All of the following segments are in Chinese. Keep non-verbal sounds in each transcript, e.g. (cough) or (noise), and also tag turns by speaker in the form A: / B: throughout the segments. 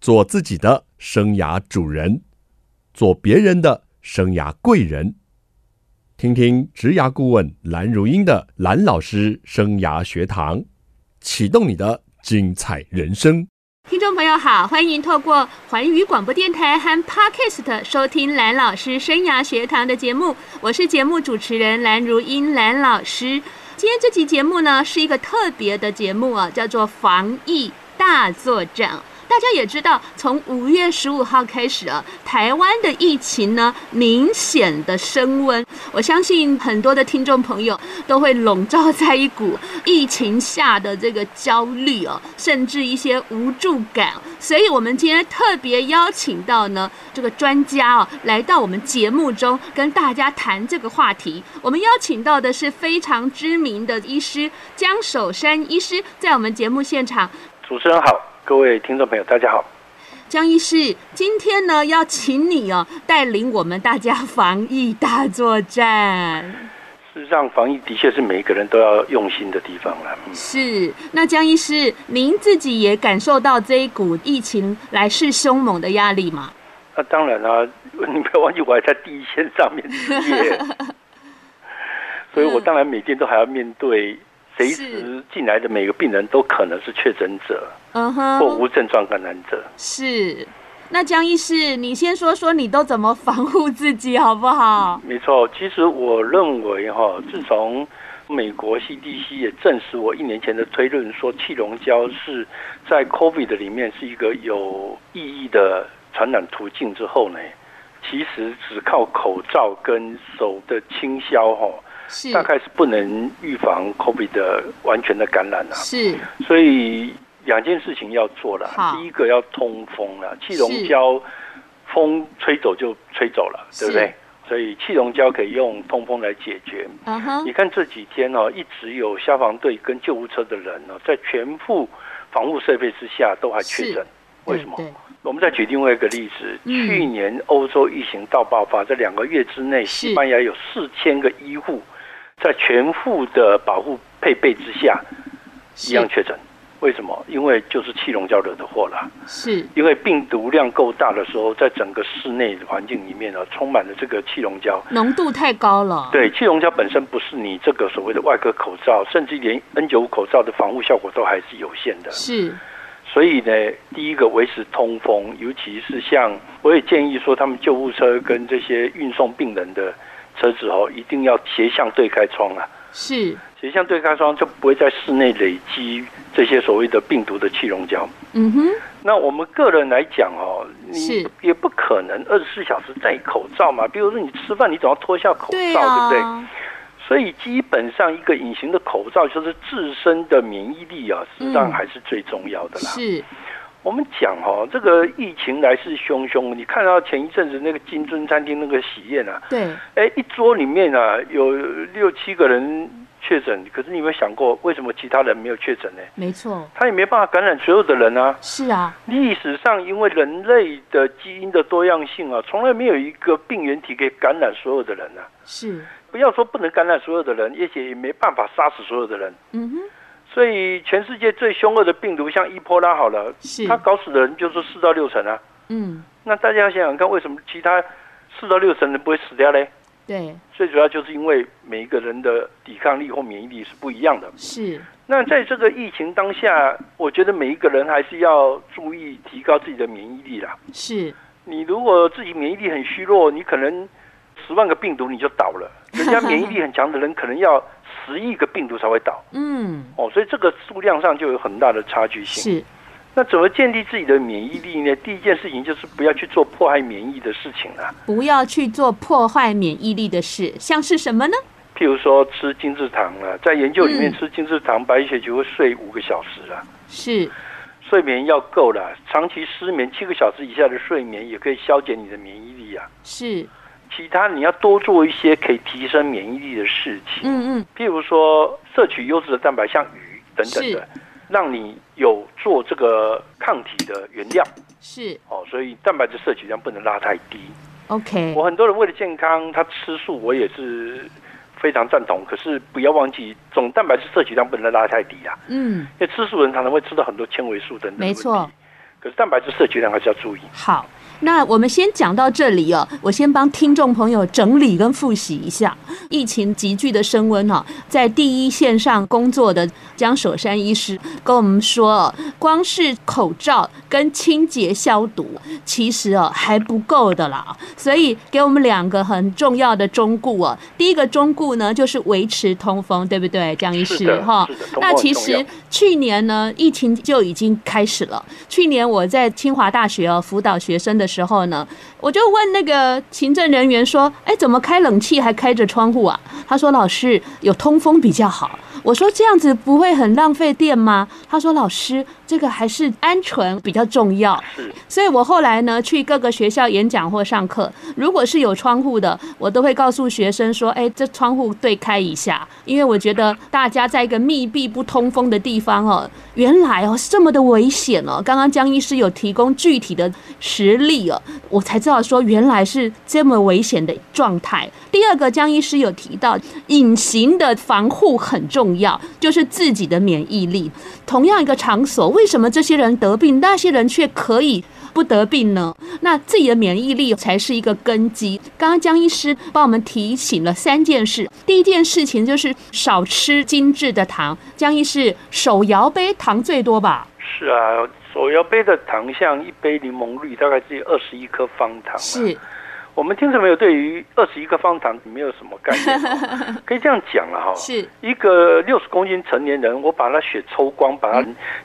A: 做自己的生涯主人，做别人的生涯贵人。听听职涯顾问蓝如英的蓝老师生涯学堂，启动你的精彩人生。
B: 听众朋友好，欢迎透过环宇广播电台和 Podcast 收听蓝老师生涯学堂的节目，我是节目主持人蓝如英，蓝老师。今天这期节目呢是一个特别的节目啊，叫做防疫大作战。大家也知道，从五月十五号开始啊，台湾的疫情呢明显的升温。我相信很多的听众朋友都会笼罩在一股疫情下的这个焦虑哦，甚至一些无助感。所以，我们今天特别邀请到呢这个专家哦，来到我们节目中跟大家谈这个话题。我们邀请到的是非常知名的医师江守山医师，在我们节目现场。
C: 主持人好，各位听众朋友，大家好。
B: 江医师，今天呢要请你哦，带领我们大家防疫大作战。
C: 事实上，防疫的确是每一个人都要用心的地方啦。嗯
B: 是，那江医师，您自己也感受到这一股疫情来势凶猛的压力吗？
C: 那当然啦、 (laughs) 你不要忘记我还在第一线上面职业，所以我当然每天都还要面对随时进来的每个病人都可能是确诊者
B: 嗯
C: 或
B: 哼，
C: 无症状感染者。
B: 是。那江医师，你先说说你都怎么防护自己好不好？
C: 没错，其实我认为哈，自从美国 CDC 也证实我一年前的推论，说气溶胶是在 COVID 的里面是一个有意义的传染途径之后呢，其实只靠口罩跟手的清消哈，
B: 是
C: 大概是不能预防 COVID 的完全的感染啊。
B: 是
C: 所以两件事情要做了
B: 好，
C: 第一个要通风了，气溶胶风吹走就吹走了，对不
B: 是
C: 对？所以气溶胶可以用通风来解决。
B: 嗯哼
C: 你，看这几天哦，一直有消防队跟救护车的人哦，在全副防护设备之下都还确诊
B: 是，
C: 为什么？
B: 对对
C: 我们再举另外一个例子，
B: 嗯
C: 去年欧洲疫情大爆发，在两个月之内，
B: 是
C: 西班牙有四千个医护在全副的保护配备之下，一样
B: 是
C: 确诊。为什么？因为就是气溶胶惹的祸啦。
B: 是
C: 因为病毒量够大的时候，在整个室内环境里面呢、啊充满了这个气溶胶。
B: 浓度太高了。
C: 对，气溶胶本身不是你这个所谓的外科口罩，甚至连 N95 口罩的防护效果都还是有限的。
B: 是
C: 所以呢，第一个维持通风，尤其是像我也建议说，他们救护车跟这些运送病人的车子哦，一定要斜向对开窗啊。
B: 是，
C: 斜向对开窗就不会在室内累积这些所谓的病毒的气溶胶。
B: 嗯哼，
C: 那我们个人来讲哦，你
B: 是
C: 也不可能二十四小时戴口罩嘛。比如说你吃饭，你总要脱下口罩，
B: 对
C: 对
B: 啊，
C: 不对？所以基本上一个隐形的口罩就是自身的免疫力啊，实际上
B: 嗯
C: 还是最重要的啦。
B: 是
C: 我们讲哦，这个疫情来势汹汹，你看到前一阵子那个金尊餐厅那个喜宴啊，
B: 对，
C: 哎，一桌里面啊有六七个人确诊，可是你有没有想过，为什么其他人没有确诊呢？
B: 没错，
C: 他也没办法感染所有的人啊。
B: 是啊，
C: 历史上，因为人类的基因的多样性啊，从来没有一个病原体可以感染所有的人啊。
B: 是，
C: 不要说不能感染所有的人，也许也没办法杀死所有的人。
B: 嗯哼，
C: 所以，全世界最凶恶的病毒，像伊波拉好了
B: 是，
C: 它搞死的人就是四到六成啊。
B: 嗯，
C: 那大家想想看，为什么其他四到六成人不会死掉嘞？
B: 对，
C: 最主要就是因为每一个人的抵抗力或免疫力是不一样的。
B: 是
C: 那在这个疫情当下，我觉得每一个人还是要注意提高自己的免疫力啦。
B: 是
C: 你如果自己免疫力很虚弱，你可能十万个病毒你就倒
B: (laughs)
C: 了。人家免疫力很强的人，可能要十亿个病毒才会倒
B: 嗯，
C: 哦，所以这个数量上就有很大的差距性。
B: 是
C: 那怎么建立自己的免疫力呢？第一件事情就是不要去做迫害免疫的事情啊啦，
B: 不要去做破坏免疫力的事，像是什么呢？
C: 譬如说吃精制糖啊，在研究里面
B: 嗯
C: 吃精制糖，白血球会睡五个小时啊，
B: 是
C: 睡眠要够啦，长期失眠七个小时以下的睡眠也可以消减你的免疫力啊。
B: 是，
C: 其他你要多做一些可以提升免疫力的事情。
B: 嗯嗯，
C: 譬如说摄取优质的蛋白，像鱼等等的
B: 是，
C: 让你有做这个抗体的原料
B: 是
C: 哦。所以蛋白质摄取量不能拉太低。
B: OK，
C: 我很多人为了健康，他吃素，我也是非常赞同。可是不要忘记，总蛋白质摄取量不能拉太低啊，
B: 嗯，
C: 因为吃素人常常会吃到很多纤维素等等的
B: 没
C: 问题。
B: 错，
C: 可是蛋白质摄取量还是要注意。
B: 好，那我们先讲到这里哦。我先帮听众朋友整理跟复习一下，疫情急剧的升温哦，在第一线上工作的江守山医师跟我们说哦，光是口罩跟清洁消毒，其实哦还不够的啦。所以给我们两个很重要的忠固哦。第一个忠固呢，就是维持通风，对不对，江医
C: 是
B: 师
C: 的，是的，通过
B: 那
C: 很
B: 其
C: 重要
B: 实去年呢，疫情就已经开始了。去年我在清华大学哦辅导学生的时候呢，我就问那个行政人员说：“哎，怎么开冷气还开着窗户啊？”他说：“老师有通风比较好。”我说：“这样子不会很浪费电吗？”他说：“老师，这个还是安全比较重要。”
C: 是
B: 所以我后来呢去各个学校演讲或上课，如果是有窗户的，我都会告诉学生说：“哎，这窗户对开一下，因为我觉得大家在一个密闭不通风的地方哦，原来哦是这么的危险哦。”刚刚江医师有提供具体的实例哦，我才知道说原来是这么危险的状态。第二个，江医师有提到隐形的防护很重要，就是自己的免疫力。同样一个场所，为什么这些人得病，那些人却可以不得病呢？那自己的免疫力才是一个根基。刚刚江医师帮我们提醒了三件事，第一件事情就是少吃精致的糖。江医师手摇杯糖最多吧？
C: 是啊，手摇杯的糖像一杯柠檬绿，大概只有二十一颗方糖、啊。
B: 是
C: 我们听众朋友对于二十一颗方糖没有什么概念、
B: (laughs)
C: 哦，可以这样讲了哈、
B: 是，
C: 一个六十公斤成年人，我把他血抽光，把
B: 嗯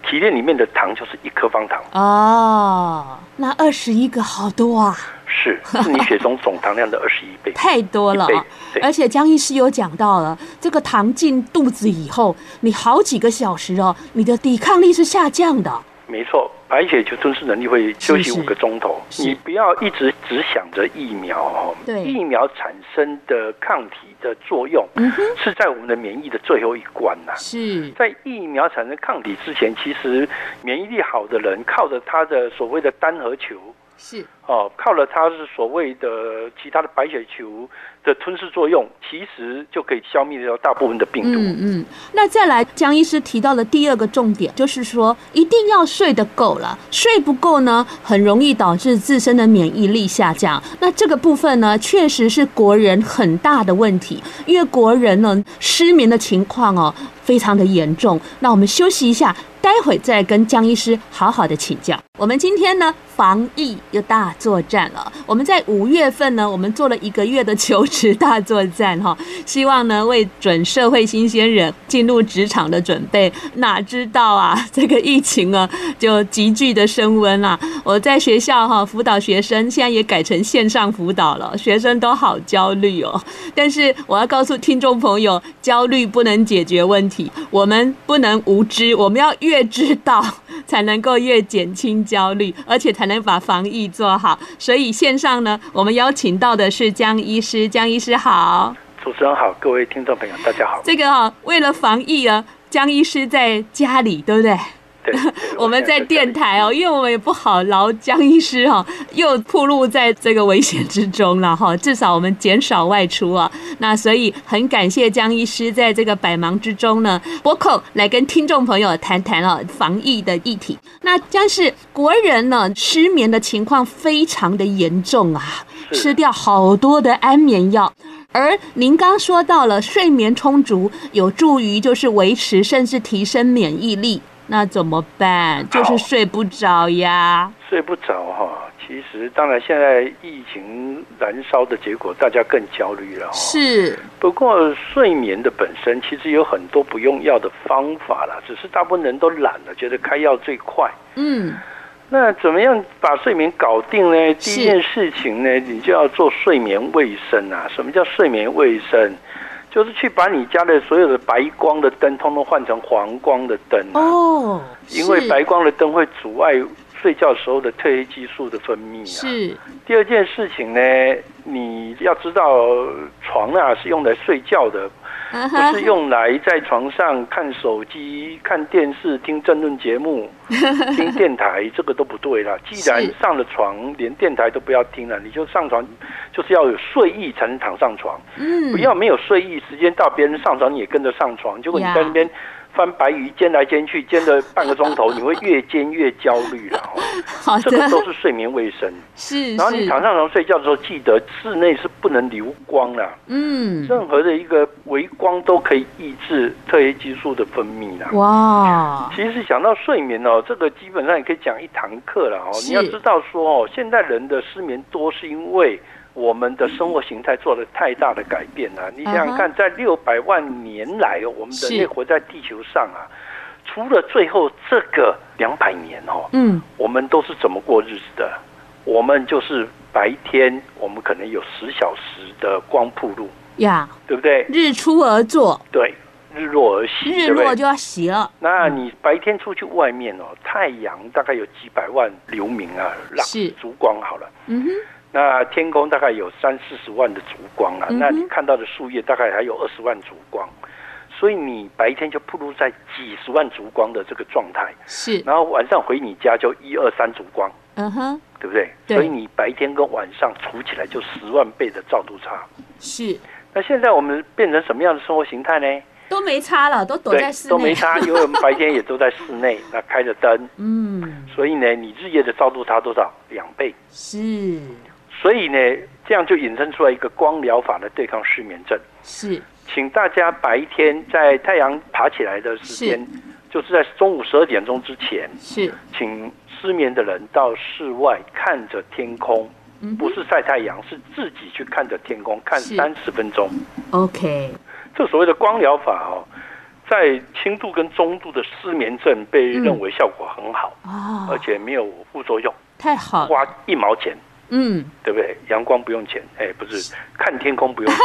C: 他体内里面的糖就是一颗方糖，
B: 哦，那二十一个好多啊，
C: 是是你血中总糖
B: (laughs)
C: 量的二十一倍。
B: 太多了
C: 一倍
B: 啊！
C: 对
B: 而且江医师有讲到了，这个糖进肚子以后，你好几个小时哦，你的抵抗力是下降的。
C: 没错，白血球吞噬能力会休息
B: 是是
C: 五个钟头。
B: 是
C: 你不要一直只想着疫苗哦，
B: 对
C: 疫苗产生的抗体的作
B: (laughs)
C: 用
B: 嗯哼，
C: 是在我们的免疫的最后一关呐、
B: 是
C: 在疫苗产生抗体之前，其实免疫力好的人靠着他的所谓的单核球，
B: 是，
C: 哦，靠了它是所谓的其他的白血球的吞噬作用，其实就可以消灭掉大部分的病毒。
B: 嗯嗯。那再来，江医师提到的第二个重点就是说，一定要睡得够了，睡不够呢，很容易导致自身的免疫力下降。那这个部分呢，确实是国人很大的问题，因为国人呢失眠的情况哦非常的严重。那我们休息一下，待会再跟江医师好好的请教。我们今天呢，防疫又大作战了。我们在五月份呢，我们做了一个月的求职大作战哈、 (laughs) 希望呢为准社会新鲜人进入职场的准备。哪知道啊，这个疫情啊就急剧的升温啊。我在学校哈、辅导学生，现在也改成线上辅导了，学生都好焦虑哦。但是我要告诉听众朋友，焦虑不能解决问题，我们不能无知，我们要越知道， (laughs) 才能够越减轻焦虑，而且才能把防疫做好。所以线上呢，我们邀请到的是江医师，江医师好。
C: 主持人好，各位听众朋友，大家好。
B: 这个哦，为了防疫啊，江医师在家里，对不对？
C: 对，
B: (laughs) 我们在电
C: 台。
B: 台哦，因为我们也不好劳江医师哈、又暴露在这个危险之中了哈、 (laughs) 至少我们减少外出啊，那所以很感谢江医师在这个百忙之中呢，拨空来跟听众朋友谈谈哦防疫的议题。那将是国人呢失眠的情况非常的严重啊，
C: 是
B: 吃掉好多的安眠药。而您刚说到了睡眠充足有助于就是维持甚至提升免疫力，那怎么办？就是睡不着呀。
C: 睡不着哈、其实当然现在疫情燃烧的结果，大家更焦虑了哈、哦
B: 是
C: 不过睡眠的本身其实有很多不用药的方法啦，只是大部分人都懒了，觉得开药最快。
B: 嗯，
C: 那怎么样把睡眠搞定呢？第
B: 是
C: 一件事情呢，你就要做睡眠卫生啊。什么叫睡眠卫生？就是去把你家的所有的白光的灯，通通换成黄光的灯、啊，
B: 哦，
C: 因为
B: 是
C: 白光的灯会阻碍睡觉时候的褪黑激素的分泌啊。
B: 是
C: 第二件事情呢，你要知道床啊是用来睡觉的，
B: 嗯
C: (laughs) 不
B: (laughs)
C: 是用来在床上看手机、看电视、听政论节
B: (laughs)
C: 目、听电台，这个都不对啦。既然
B: 是
C: 上了床，连电台都不要听了，你就上床，就是要有睡意才能躺上床，
B: 嗯
C: 不要没有睡意，时间到别人上床你也跟着上床，结果你
B: 呀
C: 在那边翻白鱼煎来煎去，煎了半个钟头，你会越煎越焦虑
B: (laughs)
C: 了。哦
B: 好
C: 这个
B: 的，
C: 都是睡眠卫生。
B: 是
C: 然后你
B: 是，
C: 躺上床睡觉的时候，记得室内是不能流光啦，
B: 嗯，
C: 任何的一个微光都可以抑制褪黑激素的分泌啦。
B: 哇，
C: 其实讲到睡眠哦，这个基本上也可以讲一堂课了哦。
B: 是
C: 你要知道说哦，现在人的失眠多是因为我们的生活形态做了太大的改变啊。你想想看，在六百万年来哦，我们人类
B: 嗯是
C: 活在地球上啊，除了最后这个两百年哦，
B: 嗯，
C: 我们都是怎么过日子的？我们就是白天，我们可能有十小时的光铺路，
B: 呀，
C: 对不对？
B: 日出而作，
C: 对，日落而息，
B: 日
C: 对不对
B: 落就要洗了，
C: 那你白天出去外面哦，太阳大概有几百万流明啊，让
B: 是
C: 烛光好了。
B: 嗯哼，
C: 那天空大概有三四十万的烛光啊，
B: 嗯哼
C: 那你看到的树叶大概还有二十万烛光，所以你白天就暴露在几十万烛光的这个状态，
B: 是，
C: 然后晚上回你家就一二三烛光，
B: 嗯哼，
C: 对不对？
B: 对
C: 所以你白天跟晚上除起来就十万倍的照度差。
B: 是，
C: 那现在我们变成什么样的生活形态呢？
B: 都没差了，都躲
C: 对
B: 在室，
C: 都没
B: 内，
C: 差，因为我们白天也都在室内， (laughs) 那开着灯，
B: 嗯，
C: 所以呢，你日夜的照度差多少？两倍。
B: 是
C: 所以呢，这样就引申出来一个光疗法来对抗失眠症。
B: 是，
C: 请大家白天在太阳爬起来的时间，就是在中午十二点钟之前，
B: 是，
C: 请失眠的人到室外看着天空，
B: 嗯
C: 不是晒太阳，是自己去看着天空，看
B: 是
C: 三十分钟。
B: ，OK，
C: 这所谓的光疗法哦，在轻度跟中度的失眠症被认为效果很好，
B: 啊
C: 而，且没有副作用，
B: 太好了，
C: 花一毛钱。
B: 嗯，
C: 对不对？阳光不用钱，哎，不是看天
B: (laughs)
C: 空不用钱，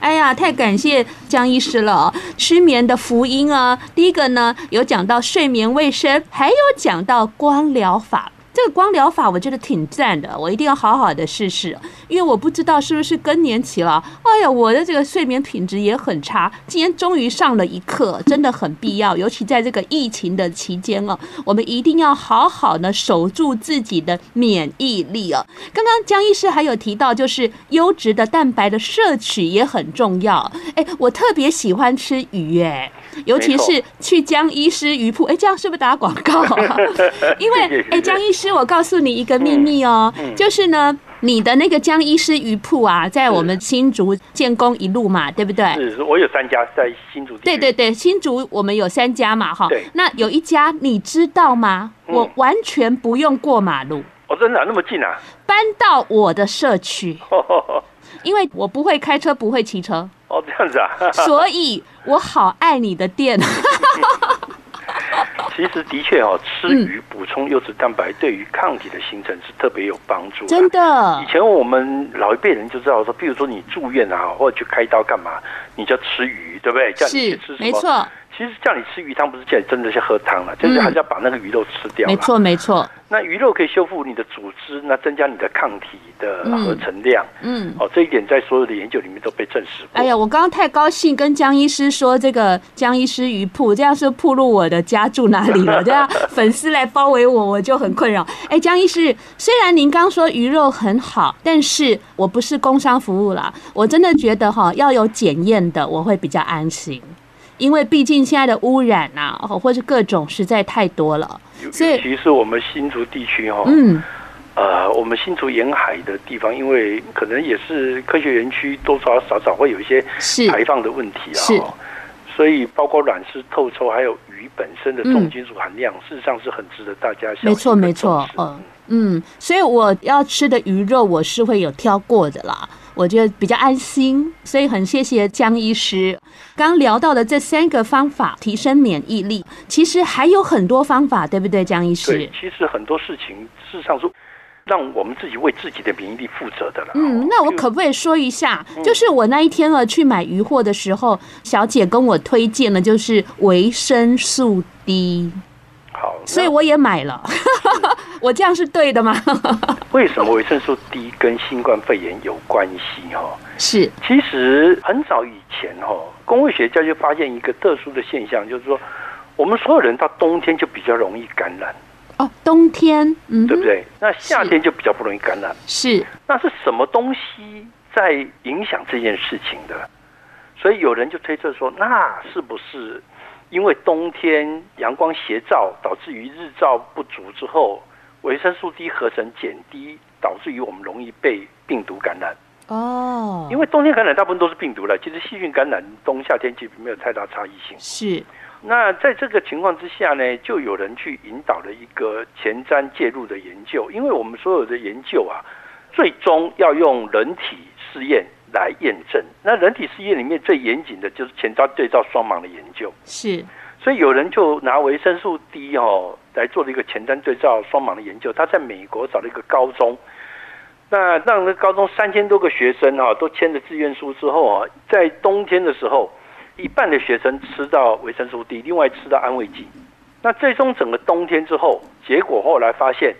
B: 哎呀，太感谢江医师了哦！失眠的福音啊，第一个呢有讲到睡眠卫生，还有讲到光疗法。这个光疗法我觉得挺赞的，我一定要好好的试试，因为我不知道是不是更年期了。哎呀，我的这个睡眠品质也很差。今天终于上了一课，真的很必要，尤其在这个疫情的期间哦，我们一定要好好的守住自己的免疫力哦。刚刚江医师还有提到，就是优质的蛋白的摄取也很重要。哎，我特别喜欢吃鱼，哎，尤其是去江医师鱼铺，哎，这样是不是打广告、啊？
C: (laughs)
B: 因
C: 谢谢
B: 为
C: 谢谢
B: 哎，江医师，我告诉你一个秘密哦，
C: 嗯嗯
B: 就是呢，你的那个江医师鱼铺啊，在我们新竹建工一路嘛，对不对？
C: 是我有三家在新竹地
B: 对
C: 区，
B: 对对，新竹我们有三家嘛，哈
C: 对，
B: 那有一家你知道吗？
C: 嗯
B: 我完全不用过马路，
C: 哦，真的啊、那么近啊？ (laughs)
B: 搬到我的社区。
C: 哦，
B: 因为我不会开车，不会骑
C: (laughs)
B: 车，
C: 哦这样子
B: (laughs)
C: 啊？
B: 所以我好爱你的店。 (laughs)
C: 其实的确哦，吃鱼补充优质蛋白，对于抗体的形成是特别有帮助的。
B: 真。的
C: 以前我们老一辈人就知道说，比如说你住院啊，或者去开刀干嘛，你就吃鱼，对不对？叫你去
B: 是
C: 吃什么？
B: 没。错，
C: 其实叫你吃鱼汤，不是叫你真的去喝汤了，就是还是要把那个鱼肉吃掉
B: 嗯
C: 了。
B: 没错，没错，
C: 那鱼肉可以修复你的组织，那增加你的抗体的
B: 嗯
C: 合成量。
B: 嗯。
C: 哦，这一点在所有的研究里面都被证实过。
B: 哎呀，我刚刚太高兴，跟江医师说这个江医师鱼铺，这样是铺路我的家住哪里了，这样粉丝来包围我，我就很困扰。哎，江医师，虽然您刚说鱼肉很好，但是我不是工商服务啦，我真的觉得哈要有检验的，我会比较安心，因为毕竟现在的污染啊，哦或者各种实在太多了，
C: 尤
B: 所以
C: 尤其是我们新竹地区哦，
B: 嗯，
C: 呃，我们新竹沿海的地方，因为可能也是科学园区，多多少少会有一些
B: 嗯是
C: 排放的问题啊、
B: 是
C: 哦。所以，包括卵丝透抽，还有鱼本身的重金属含量，事实上是很值得大家小
B: 嗯
C: 心
B: 没错
C: 地
B: 没错
C: 重视，
B: 嗯嗯，所以我要吃的鱼肉我是会有挑过的啦。我觉得比较安心，所以很谢谢江医师。刚聊到的这三个方法提升免疫力，其实还有很多方法，对不对，江医
C: 对
B: 师，？
C: 其实很多事情事实上是让我们自己为自己的免疫力负责的啦。哦
B: 嗯，那我
C: 譬如
B: 可不可以说一下，
C: 嗯
B: 就是我那一天啊去买鱼货的时候，小姐跟我推荐的就是维生素 D，
C: 好，那
B: 所以我也买
C: (laughs)
B: 了。 (laughs) 我这样是对的吗？ (laughs)
C: 为什么维生素 D 跟新冠肺炎有关系？哈，
B: 是，
C: 其实很早以前哦，工卫学家就发现一个特殊的现象，就是说我们所有人到冬天就比较容易感染，
B: 哦，冬天，嗯哼，
C: 对不对？那夏天就比较不容易感染。
B: 是
C: 那是什么东西在影响这件事情的？所以有人就推测说，那是不是因为冬天阳光斜照导致于日照不足之后，维生素 D 合成减低，导致于我们容易被病毒感染。
B: 哦，
C: 因为冬天感染大部分都是病毒了，其实细菌感染冬夏天其实没有太大差异性。
B: 是
C: 那在这个情况之下呢，就有人去引导了一个前瞻介入的研究，因为我们所有的研究啊，最终要用人体试验来验证。那人体试验里面最严谨的就是前瞻对照双盲的研究，
B: 是，
C: 所以有人就拿维生素 D 哦来做了一个前瞻对照双盲的研究，他在美国找了一个高中。那让那高中三千多个学生啊，都签了志愿书之后啊，在冬天的时候，一半的学生吃到维生素 D，另外吃到安慰剂。那最终整个冬天之后，结果后来发现，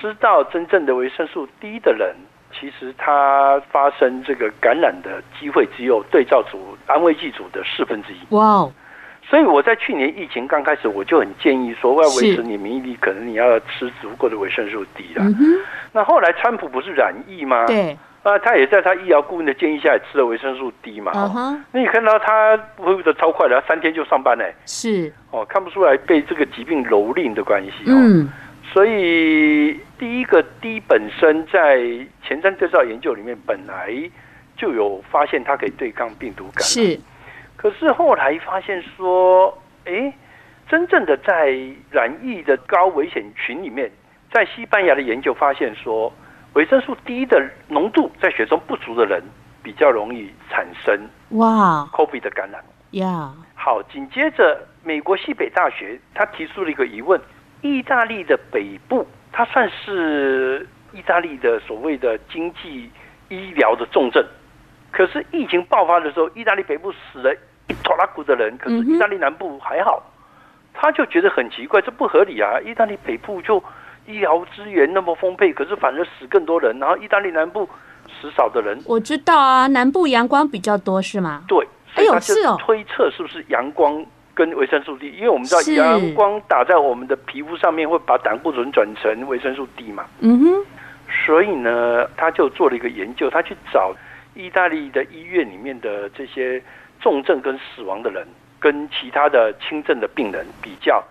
C: 吃到真正的维生素 D 的人，其实他发生这个感染的机会只有对照组安慰剂组的四分之一。
B: 哇哦，
C: 所以我在去年疫情刚开始，我就很建议说，要维
B: 是
C: 持你免疫力，可能你要吃足够的维生素 D 啦。
B: 嗯哼，
C: 那后来川普不是染疫吗？。
B: 对，
C: 啊，他也在他医疗顾问的建议下也吃了维生素 D 嘛。
B: 嗯
C: 哦
B: 哼，
C: 那你看到他恢复的超快的，他三天就上班嘞，
B: 是，
C: 哦，看不出来被这个疾病蹂躏的关系哦。
B: 嗯，
C: 所以第一个 D 本身在前瞻对照研究里面本来就有发现它可以对抗病毒感染，
B: 是，
C: 可是后来发现说，诶，真正的在染疫的高危险群里面，在西班牙的研究发现说，维生素 D 的浓度在血中不足的人，比较容易产生
B: 哇
C: COVID 的感染。
B: 呀，
C: 好，紧接着美国西北大学他提出了一个疑问：意大利的北部，它算是意大利的所谓的经济医疗的重镇，可是疫情爆发的时候，意大利北部死了一拖拉骨的人，可是
B: 嗯哼
C: 意大利南部还好，他就觉得很奇怪，这不合理啊！意大利北部就医疗资源那么丰沛，可是反而死更多人，然后意大利南部死少的人。
B: 我知道啊，南部阳光比较多是吗？
C: 对，
B: 哎
C: 所以
B: 呦
C: 他
B: 是哦
C: 就推测是不是阳光跟维生素 D，因为我们知道
B: 是
C: 阳光打在我们的皮肤上面会把胆固醇转成维生素 D 嘛，
B: 嗯哼，
C: 所以呢，他就做了一个研究，他去找意大利的医院里面的这些重症跟死亡的人，跟其他的轻症的病人比较。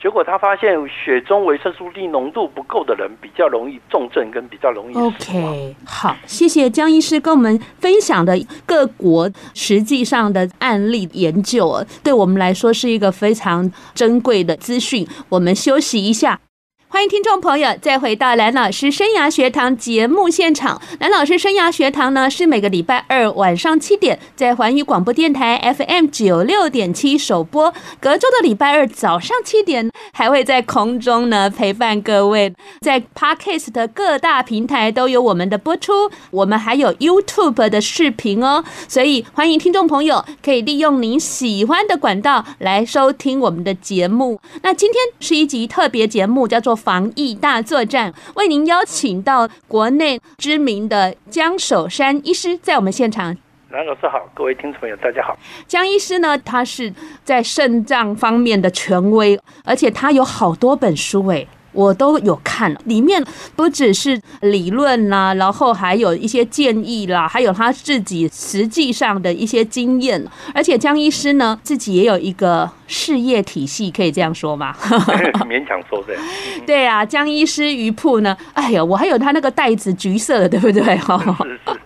C: 结果他发现，血中维生素 D 浓度不够的人比较容易重症，跟比较容易死亡。
B: OK，好，谢谢江医师跟我们分享的各国实际上的案例研究哦，对我们来说是一个非常珍贵的资讯。我们休息一下。欢迎听众朋友再回到蓝老师生涯学堂节目现场。蓝老师生涯学堂呢是每个礼拜二晚上七点在环宇广播电台 FM 九六点七首播，隔周的礼拜二早上七点还会在空中呢陪伴各位，在 Podcast 的各大平台都有我们的播出，我们还有 YouTube 的视频哦，所以欢迎听众朋友可以利用您喜欢的管道来收听我们的节目。那今天是一集特别节目，叫做《防疫大作战》，为您邀请到国内知名的江守山医师在我们现场。
C: 蓝老师好，各位听众朋友
B: (laughs)
C: 大家好。
B: 江医师呢，他是在肾脏方面的权威，而且他有好多本书诶。我都有看，里面不只是理论啦，然后还有一些建议啦，还有他自己实际上的一些经验。而且江医师呢，自己也有一个事业体系，可以这样说吗？
C: 勉强说这样。
B: 对啊，江医师鱼铺呢，哎呀，我还有他那个袋子橘色的，对不对？哈、
C: 是是，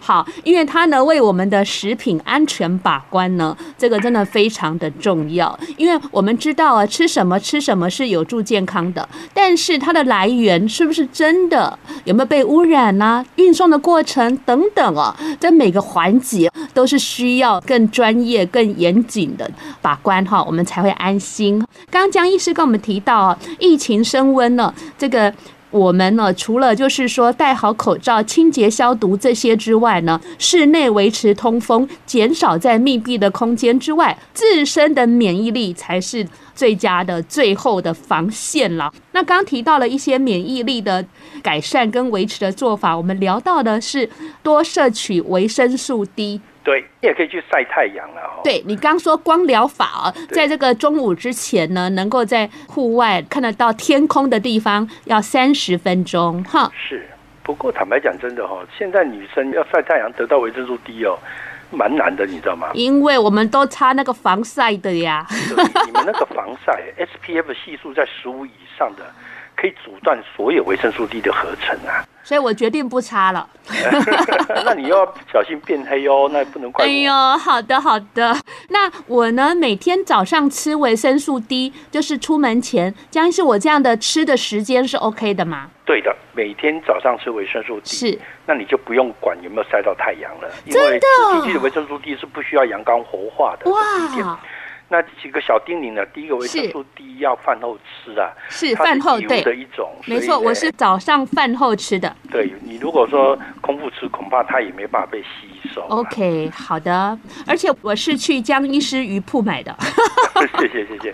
B: 好，因为它呢为我们的食品安全把关呢，这个真的非常的重要。因为我们知道啊，吃什么吃什么是有助健康的，但是它的来源是不是真的，有没有被污染呐、运送的过程等等啊，在每个环节都是需要更专业、更严谨的把关哈，我们才会安心。刚刚江医师跟我们提到啊，疫情升温了，这个我们呢，除了就是说戴好口罩、清洁消毒这些之外呢，室内维持通风，减少在密闭的空间之外，自身的免疫力才是最佳的最后的防线了。那刚提到了一些免疫力的改善跟维持的做法，我们聊到的是多摄取维生素 D。
C: 对，你也可以去晒太阳了哈、哦。
B: 对你刚说光疗法啊，在这个中午之前呢，能够在户外看得到天空的地方要三十分钟哈。
C: 是，不过坦白讲，真的哈、哦，现在女生要晒太阳得到维生素 D 哦，蛮难的，你知
B: (laughs)
C: 道吗？
B: 因为我们都擦那个防晒的呀。
C: 对你们那个防晒 SPF 系数在十五以上的，可以阻断所有维生素 D 的合成
B: (laughs)
C: 啊。 (laughs)
B: 所以我决定不擦了。
C: 那你要小心变黑哦，那不能怪
B: 哎
C: 我。
B: 呦，好的好的。那我呢，每天早上吃维生素 D，就是出门前，像是我这样的吃的时间是 OK 的吗？
C: 对的，每天早上吃维生素 D，
B: 是
C: 那你就不用管有没有晒到太阳了，因
B: 真
C: 为
B: 的
C: 自体的维生素 D 是不需要阳光活化的。这是第一点
B: 哇，
C: 那几个小叮咛呢？第一个维生
B: 是
C: 素 D 要饭后吃啊，
B: 是 (laughs)
C: 它
B: 饭后
C: 是遗物的
B: 对，
C: 一种。
B: 没
C: 所
B: 错，
C: 以呢
B: 我是早上饭后吃的。
C: 对你如果说空腹吃，恐怕它也没办法被吸收啊。
B: 哦 OK，好的。而且我是去江医师鱼铺买的， (laughs)
C: (laughs) 谢谢谢谢。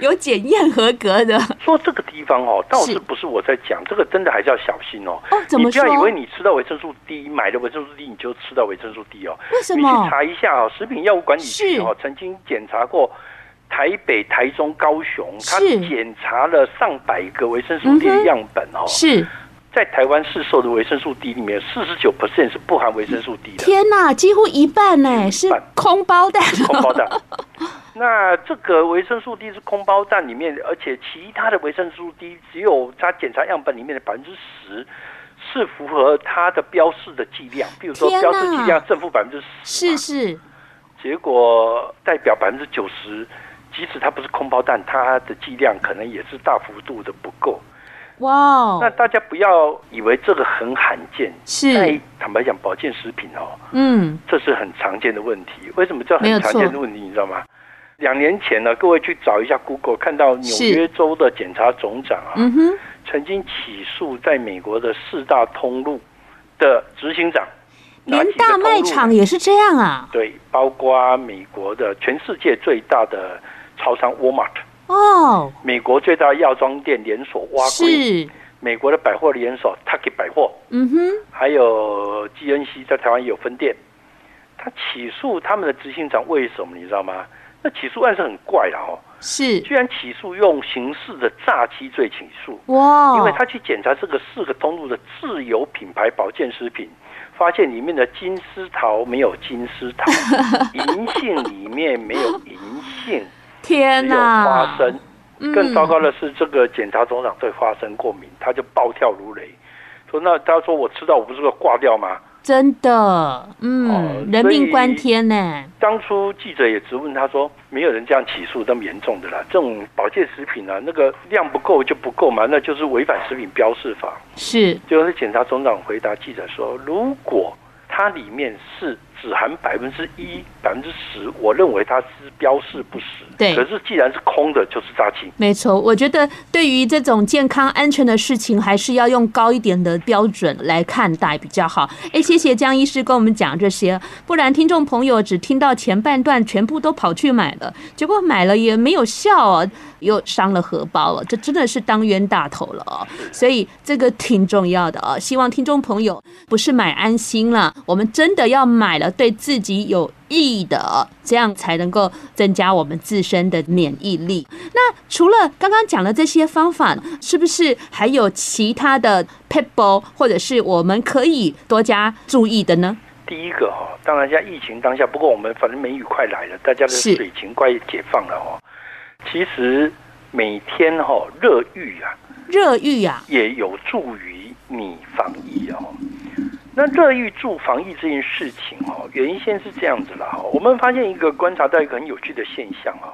B: 有检验合格的。
C: 说这个地方哦，倒
B: 是
C: 是不是我在讲，这个真的还是要小心哦。
B: 哦，怎么
C: 你不
B: 说？
C: 要以为你吃到维生素 D，买了维生素 D 你就吃到维生素 D 哦。
B: 为什
C: 你去
B: 么？
C: 查一下哦，食品药物管理局哦，曾经检查过台北、台中、高雄，它
B: 是
C: 检查了上百个维生素 D
B: 嗯哼
C: 的样本哦，
B: 是，
C: 在台湾市售的维生素 D 里面，四十九 percent 是不含维生素 D 的，
B: 天哪，几乎一半呢，是空包蛋哦。
C: 空包蛋。 (laughs) 那这个维生素 D 是空包蛋里面，而且其他的维生素 D 只有它检查样本里面的百分之十。是符合它的标示的剂量，比如说
B: 天哪
C: 标示剂量正负百分之
B: 是
C: 十，
B: 是，
C: 结果代表百分之九十，即使它不是空包蛋，它的剂量可能也是大幅度的不够。
B: 哇哦，
C: 那大家不要以为这个很罕见，
B: 是，
C: 坦白讲，保健食品哦，
B: 嗯，
C: 这是很常见的问题。为什么叫
B: 没有
C: 很常见的问题？你知道吗？两年前呢，各位去找一下 Google，看到纽
B: 是
C: 约州的检察总长啊，
B: 嗯哼，
C: 曾经起诉在美国的四大通路的执行长，哪
B: 连
C: 几个
B: 大
C: 通路
B: 卖
C: 呢
B: 场也是这样啊。
C: 对，包括美国的全世界最大的超商 Walmart，
B: 哦，
C: 美国最大的药妆店连锁 w a l g
B: 是，
C: 美国的百货连锁 Target 百货，
B: 嗯哼，
C: 还有 GNC 在台湾也有分店。他起诉他们的执行长为什么你知道吗？那起诉案是很怪的哦，
B: 是，
C: 居然起诉用刑事的诈欺罪起诉，
B: 哇，
C: 因为他去检查这个四个通路的自有品牌保健食品，发现里面的金丝桃没有金丝桃，银杏里面没有银杏，
B: 天
C: 只有花
B: 哪，
C: 生。
B: 嗯
C: 更糟糕的是，这个检察总长对花生过敏，他就暴跳如雷，说：“那他说我吃到我不是会挂掉吗
B: 真的，
C: 哦
B: 嗯，人
C: 所以
B: 命关天呢，？”
C: 当初记者也质问他说：“没有人这样起诉那么严重的啦，这种保健食品啊，那个量不够就不够嘛，那就是违反食品标示法。”
B: 是，
C: 就是检察总长回答记者说：“如果它里面是只含百分之一、百分之十，我认为它是标示不实。
B: 对
C: 可是既然是空的，就是诈欺。
B: 没错，我觉得对于这种健康安全的事情，还是要用高一点的标准来看待比较好。哎，谢谢江医师跟我们讲这些，不然听众朋友只听到前半段，全部都跑去买了，结果买了也没有效哦，又伤了荷包哦了，这真的是当冤大头了哦。所以这个挺重要的哦，希望听众朋友不是买安心了，我们真的要买了对自己有益的哦，这样才能够增加我们自身的免疫力。那除了刚刚讲的这些方法，是不是还有其他的 p e b b l e 或者是我们可以多加注意的呢？
C: 第一个哈、哦，当然现在疫情当下，不过我们反正梅雨快来了，大家的
B: 是
C: 水情快解放了哦。其实每天哈、哦、热浴啊，
B: 热浴啊，
C: 也有助于你防疫哦。那乐于助防疫这件事情哦，原先是这样子啦哈。我们发现一个观察到一个很有趣的现象哦，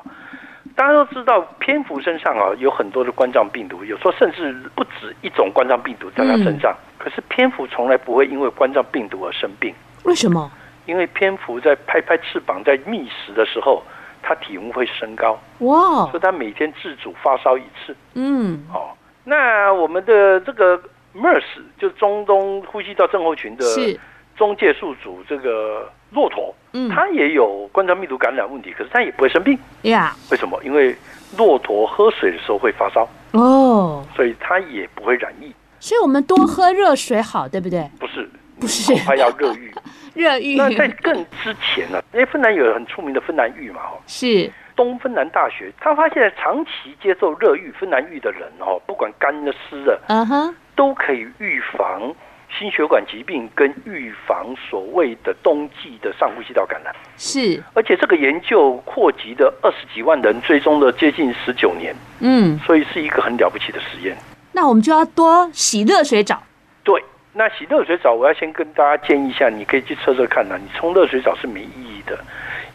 C: 大家都知道蝙蝠身上啊有很多的冠状病毒，有时候甚至不止一种冠状病毒在它身上。可是蝙蝠从来不会因为冠状病毒而生病，
B: 为什么？
C: 因为蝙蝠在拍拍翅膀在觅食的时候，它体温会升高，
B: 哇
C: 所，以它每天自主发烧一次。
B: 嗯，
C: 哦，那我们的这个 MERS 就中东呼吸道症候群的
B: 是，
C: 中介宿主这个骆驼，
B: 嗯，
C: 它也有冠状病毒感染问题，可是它也不会生病，
B: 呀，
C: 为什么？因为骆驼喝水的时候会发烧，
B: 哦，
C: 所以它也不会染疫。
B: 所以我们多喝热水好，对不对？
C: 不是，
B: 不是
C: 恐怕要热
B: (laughs)
C: 浴。
B: 热浴
C: 那在更之前呢、因为芬兰有很出名的芬兰浴嘛，哦，
B: (laughs) 是
C: 东芬兰大学他发现长期接受啊热浴芬兰浴的人哦，不管干的湿的，
B: 嗯哼，
C: 都可以预防心血管疾病跟预防所谓的冬季的上呼吸道感染。
B: 是，
C: 而且这个研究扩及的二十几万人，追踪了接近十九年，
B: 嗯，
C: 所以是一个很了不起的实验。
B: 那我们就要多洗热水澡。
C: 对，那洗热水澡，我要先跟大家建议一下，你可以去测测看呐、你冲热水澡是没意义的，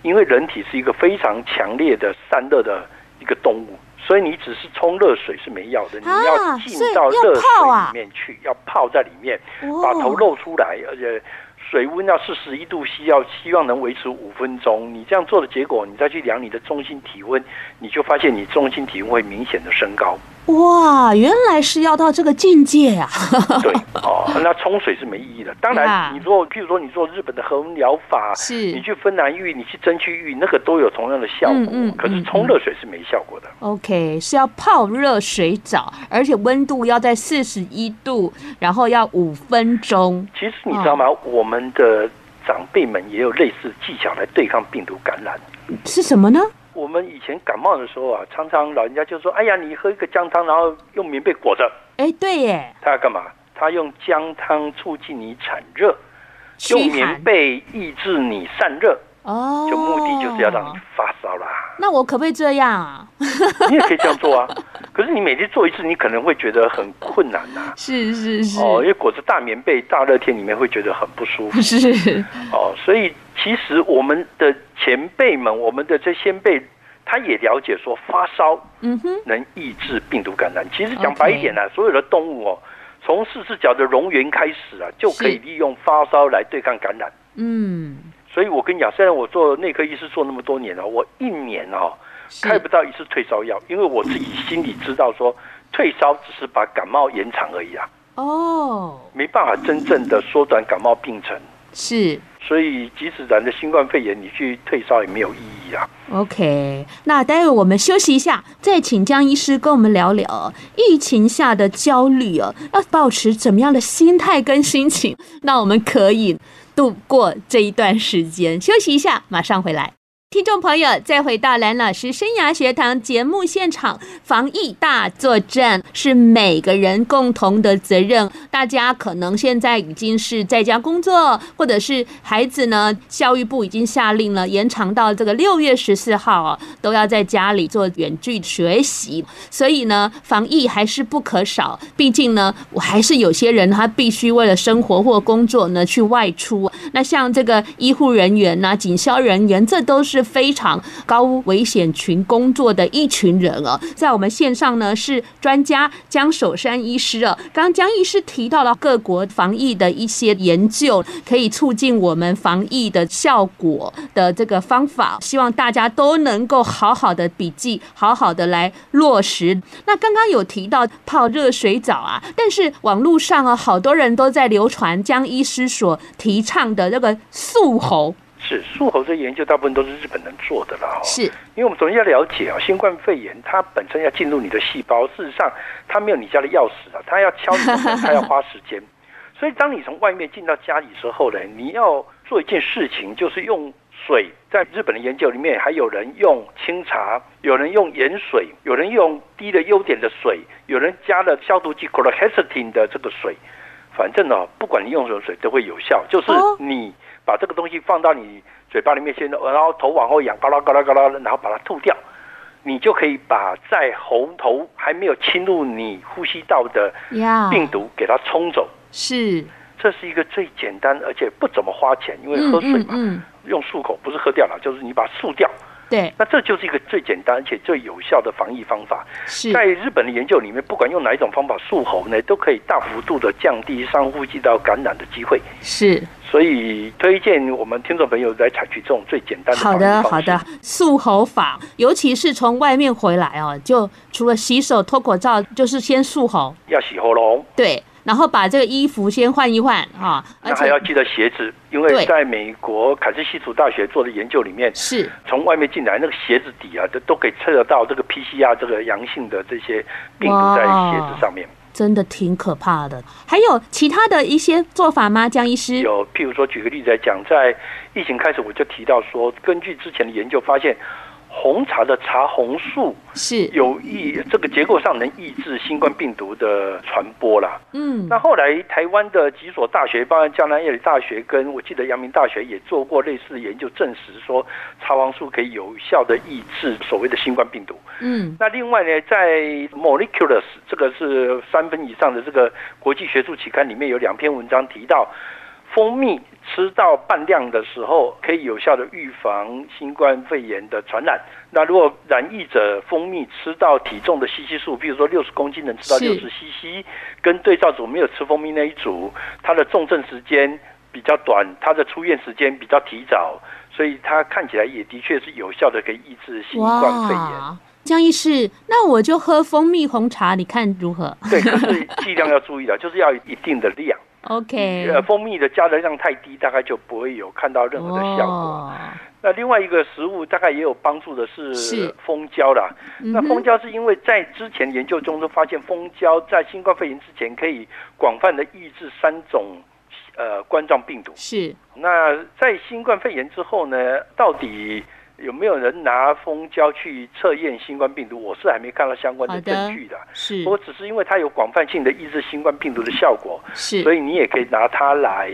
C: 因为人体是一个非常强烈的散热的一个动物，所以你只是冲热水是没药的，你
B: 啊
C: 要进
B: 所以
C: 到
B: 要
C: 热水
B: 泡啊
C: 里面去，要泡在里面，
B: 哦
C: 把头露出来，而且。水温要四十一度 C，要希望能维持五分钟。你这样做的结果，你再去量你的中心体温，你就发现你中心体温会明显的升
B: (laughs)
C: 高。
B: 哇，原来是要到这个境界
C: (laughs)
B: 啊！
C: 对，哦，那冲水是没意义的。当
B: 呀
C: 然，你做，譬如说你做日本的核温疗法，
B: 啊是
C: 你去芬兰浴，你去蒸汽浴，那个都有同样的效果。
B: 嗯嗯
C: 可是冲热水是没效果的。
B: OK，是要泡热水澡，而且温度要在四十一度，然后要五分钟。
C: 其实你知道吗？
B: 哦
C: 我们的长辈们也有类似技巧来对抗病毒感染。
B: 是什么呢？
C: 我们以前感冒的时候啊，常常老人家就说：“哎呀，你喝一个姜汤，然后用棉被裹着。
B: 哎，对耶”，
C: 他要干嘛？他用姜汤促进你产热，用
B: 驱
C: 棉
B: 寒
C: 被抑制你散热，
B: 哦，
C: 就目的就是要让你。发烧啦。
B: (laughs) 那我可不可以这样 (laughs) 啊？
C: 你也可以这样做啊。可是你每天做一次，你可能会觉得很困难呐、
B: 是是是，
C: 哦，因为裹着大棉被，大热天里面会觉得很不舒
B: (laughs)
C: 服
B: 是
C: 哦。所以其实我们的前辈们，我们的这先辈，他也了解说发烧
B: 嗯哼，
C: 能抑制病毒感染。其实
B: OK
C: 讲白一点呢、所有的动物哦，从四只脚的蝾螈开始啊，就可以
B: 是
C: 利用发烧来对抗感染。
B: 嗯，
C: 所以我跟你讲，虽然我做内科医师做那么多年了、我一年哦
B: 是
C: 开不到一次退烧药，因为我自己心里知道说，退烧只是把感冒延长而已啊，
B: 哦，
C: 没办法真正的缩短感冒病程。
B: 是
C: 所以即使染了新冠肺炎，你去退烧也没有意义啊。
B: OK，那待会我们休息一下，再请江医师跟我们聊聊哦疫情下的焦虑哦，要保持怎么样的心态跟心情，那我们可以度过这一段时间。休息一下，马上回来。听众朋友，再回到蓝老师生涯学堂节目现场，防疫大作战是每个人共同的责任。大家可能现在已经是在家工作，或者是孩子呢，教育部已经下令了，延长到这个六月十四号啊，都要在家里做远距学习。所以呢，防疫还是不可少。毕竟呢，我还是有些人他必须为了生活或工作呢去外出。那像这个医护人员呐、警消人员，这都是非常高危险群工作的一群人哦。在我们线上呢是专家江守山医师哦。刚刚江医师提到了各国防疫的一些研究，可以促进我们防疫的效果的这个方法，希望大家都能够好好的笔记，好好的来落实。那刚刚有提到泡热水澡啊，但是网络上啊，好多人都在流传江医师所提倡的那个素喉，
C: 是术后这研究大部分都是日本人做的啦、哦。
B: 是
C: 因为我们首先要了解啊、新冠肺炎它本身要进入你的细胞，事实上它没有你家的钥匙啊，它要敲你的门，它要花时间。 (laughs) 所以当你从外面进到家里之后呢，你要做一件事情，就是用水。在日本的研究里面，还有人用清茶，有人用盐水，有人用低的优点的水，有人加了消毒剂 c h l o r h e x i t i n 的这个水。反正呢、哦不管你用什么水都会有效，就是
B: 哦
C: 你把这个东西放到你嘴巴里面先，呃然后头往后仰，嘎啦嘎啦嘎啦，然后把它吐掉，你就可以把在喉头还没有侵入你呼吸道的
B: 呀
C: 病毒给它冲走。
B: 是
C: 这是一个最简单而且不怎么花钱，因为喝水嘛，
B: 嗯嗯嗯
C: 用漱口不是喝掉了，就是你把它漱掉。
B: 对，
C: 那这就是一个最简单而且最有效的防疫方法。
B: 是嗯
C: 在日本的研究里面，不管用哪一种方法漱喉呢，都可以大幅度的降低上呼吸道感染的机会。
B: 是。
C: 所以推荐我们听众朋友来采取这种最简单的
B: 好的，
C: 防疫方式
B: 好的，，漱口法，尤其是从外面回来哦，就除了洗手、脱口罩，就是先漱口，
C: 要洗喉咙，
B: 对，然后把这个衣服先换一换哈、而
C: 那还
B: 且
C: 要记得鞋子，因
B: 对
C: 为在美国凯斯西楚大学做的研究里面，
B: 是
C: 从外面进来那个鞋子底啊，都都可以测得到这个 PCR 这个阳性的这些病毒在
B: 哇
C: 鞋子上面。
B: 真的挺可怕的。还有其他的一些做法吗，江医师？
C: 有，譬如说举个例子来讲，在疫情开始我就提到说，根据之前的研究发现，红茶的茶红素
B: 是，
C: 有抑这个结构上能抑制新冠病毒的传播啦。
B: 嗯
C: 那后来台湾的几所大学，包括江南夜里大学跟我记得阳明大学也做过类似的研究，证实说茶黄素可以有效的抑制所谓的新冠病毒。
B: 嗯
C: 那另外呢，在 Moleculus 这个是三分以上的这个国际学术期刊里面有两篇文章提到，蜂蜜吃到半量的时候，可以有效的预防新冠肺炎的传染。那如果染疫者蜂蜜吃到体重的吸吸数，比如说六十公斤能吃到
B: 是
C: 六十 CC，跟对照组没有吃蜂蜜那一组，它的重症时间比较短，它的出院时间比较提早。所以它看起来也的确是有效的，可以抑制新冠肺炎。
B: 哇，江医师，那我就喝蜂蜜红茶，你看如何 (laughs)
C: 对，就是剂量要注意了， (laughs) 就是要一定的量。
B: ？OK，
C: 呃，蜂蜜的加的量太低，大概就不会有看到任何的效果。
B: 哦，
C: 那另外一个食物大概也有帮助的
B: 是
C: 是蜂胶啦。
B: 嗯
C: 那
B: 哼
C: 蜂胶是因为在之前研究中都发现，蜂胶在新冠肺炎之前可以广泛的抑制三种呃冠状病毒。
B: 是
C: 那在新冠肺炎之后呢，到底有没有人拿蜂胶去测验新冠病毒？我是还没看到相关
B: 好
C: 的
B: 的
C: 证据的。
B: 是
C: 不过只是因为它有广泛性的抑制新冠病毒的效果，
B: 是，
C: 所以你也可以拿它来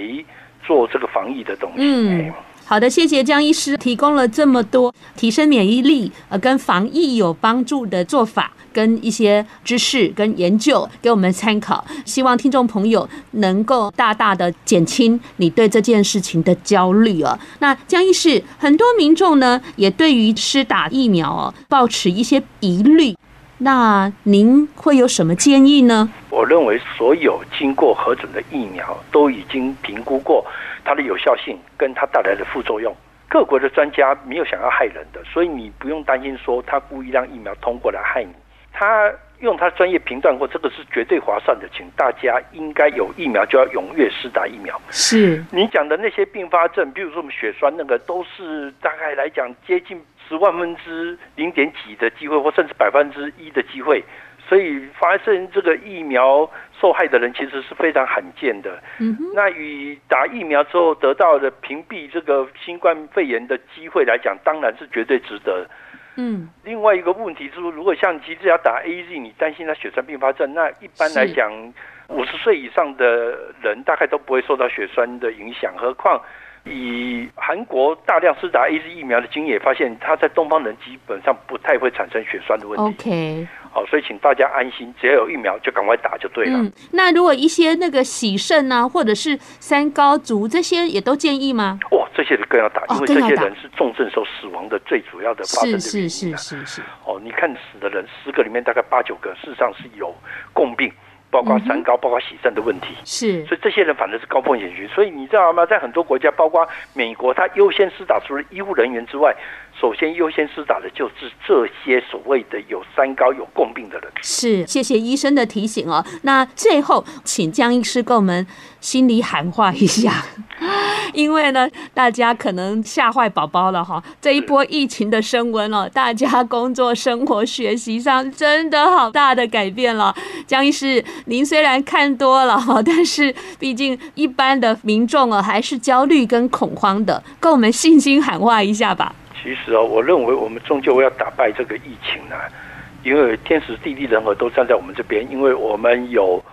C: 做这个防疫的东西。
B: 嗯
C: 哎，
B: 好的，谢谢江医师提供了这么多提升免疫力、呃，跟防疫有帮助的做法，跟一些知识跟研究给我们参考。希望听众朋友能够大大的减轻你对这件事情的焦虑哦。那江医师，很多民众呢也对于施打疫苗哦，抱持一些疑虑。那您会有什么建议呢？
C: 我认为所有经过核准的疫苗都已经评估过它的有效性跟它带来的副作用。各国的专家没有想要害人的，所以你不用担心说他故意让疫苗通过来害你。他用他专业评断过，这个是绝对划算的，请大家应该有疫苗就要踊跃施打疫苗。
B: 是
C: 你讲的那些并发症，比如说我们血栓那个，都是大概来讲接近十万分之零点几的机会，或甚至百分之一的机会。所以发生这个疫苗受害的人其实是非常罕见的。
B: 嗯哼，
C: 那与打疫苗之后得到的屏蔽这个新冠肺炎的机会来讲，当然是绝对值得。
B: 嗯，
C: 另外一个问题是，如果像急着要打 A Z，你担心他血栓并发症，那一般来讲，五十岁以上的人大概都不会受到血栓的影响。何况以韩国大量施打 A Z 疫苗的经验，发现它在东方人基本上不太会产生血栓的问题。
B: OK。
C: 好、所以请大家安心，只要有疫苗就赶快打就对了。啊
B: 嗯，那如果一些那个喜肾啊，或者是三高族这些，也都建议吗？
C: 哦，这些人更要打，
B: 哦
C: 因为
B: 更
C: 这
B: 要
C: 些
B: 打
C: 人是重症时候死亡的最主要的发生的
B: 是
C: 原因、
B: 是
C: 啊。
B: 是是是，
C: 哦，你看死的人十个里面大概八九个，事实上是有共病，包括三高、包括喜肾的问题。
B: 是
C: 所以这些人反正是高风险群，所以你知道吗？在很多国家，包括美国，它优先施打除了医护人员之外，首先优先施打的就是这些所谓的有三高、有共病的人。
B: 是，谢谢医生的提醒哦。那最后，请江医师跟我们心里喊话一下， (laughs) 因为呢，大家可能吓坏宝宝了哈。这一波疫情的升温哦，大家工作、生活、学习上真的好大的改变了。江医师，您虽然看多了哈， (laughs) 但是毕竟一般的民众哦，还是焦虑跟恐慌的，跟我们信心喊话一下吧。
C: 其实哦，我认为我们终究要打败这个疫情啊，因为天时地利人和都站在我们这边，因为我们有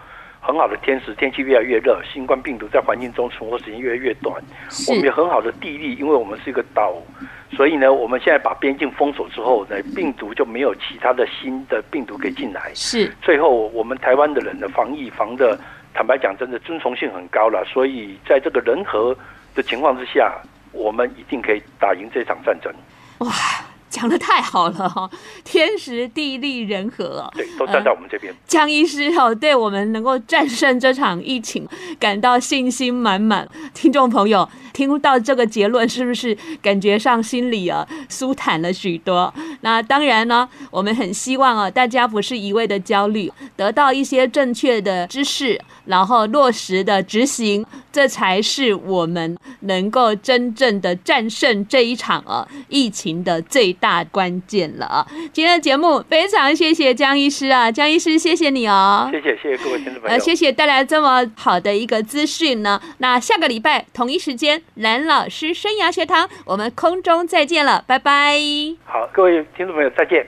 C: 很好的天时，天气越来越热，新冠病毒在环境中存活时间越来越短，我们有
B: 是
C: 很好的地利，因为我们是一个岛，所以呢，我们现在把边境封锁之后呢，病毒就没有其他的新的病毒给进来，
B: 是，
C: 最后，我们台湾的人的防疫防的，坦白讲，真的遵从性很高了。所以，在这个人和的情况之下，我们一定可以打赢这场战争。
B: 哇，讲的太好了哈、天时地利人和哦、
C: 对，都站在我们这边。
B: 江医师哦，对我们能够战胜这场疫情感到信心满满。听众朋友听到这个结论，是不是感觉上心里啊舒坦了许多？那当然呢，我们很希望啊，大家不是一味的焦虑，得到一些正确的知识，然后落实的执行，这才是我们能够真正的战胜这一场呃疫情的最大关键了啊！今天的节目非常谢谢江医师啊，江医师谢谢你哦，
C: 谢谢谢谢各位听众朋友，
B: 呃，谢谢带来这么好的一个资讯呢。那下个礼拜同一时间，蓝老师生涯学堂，我们空中再见了，拜拜。
C: 好，各位听众朋友再见。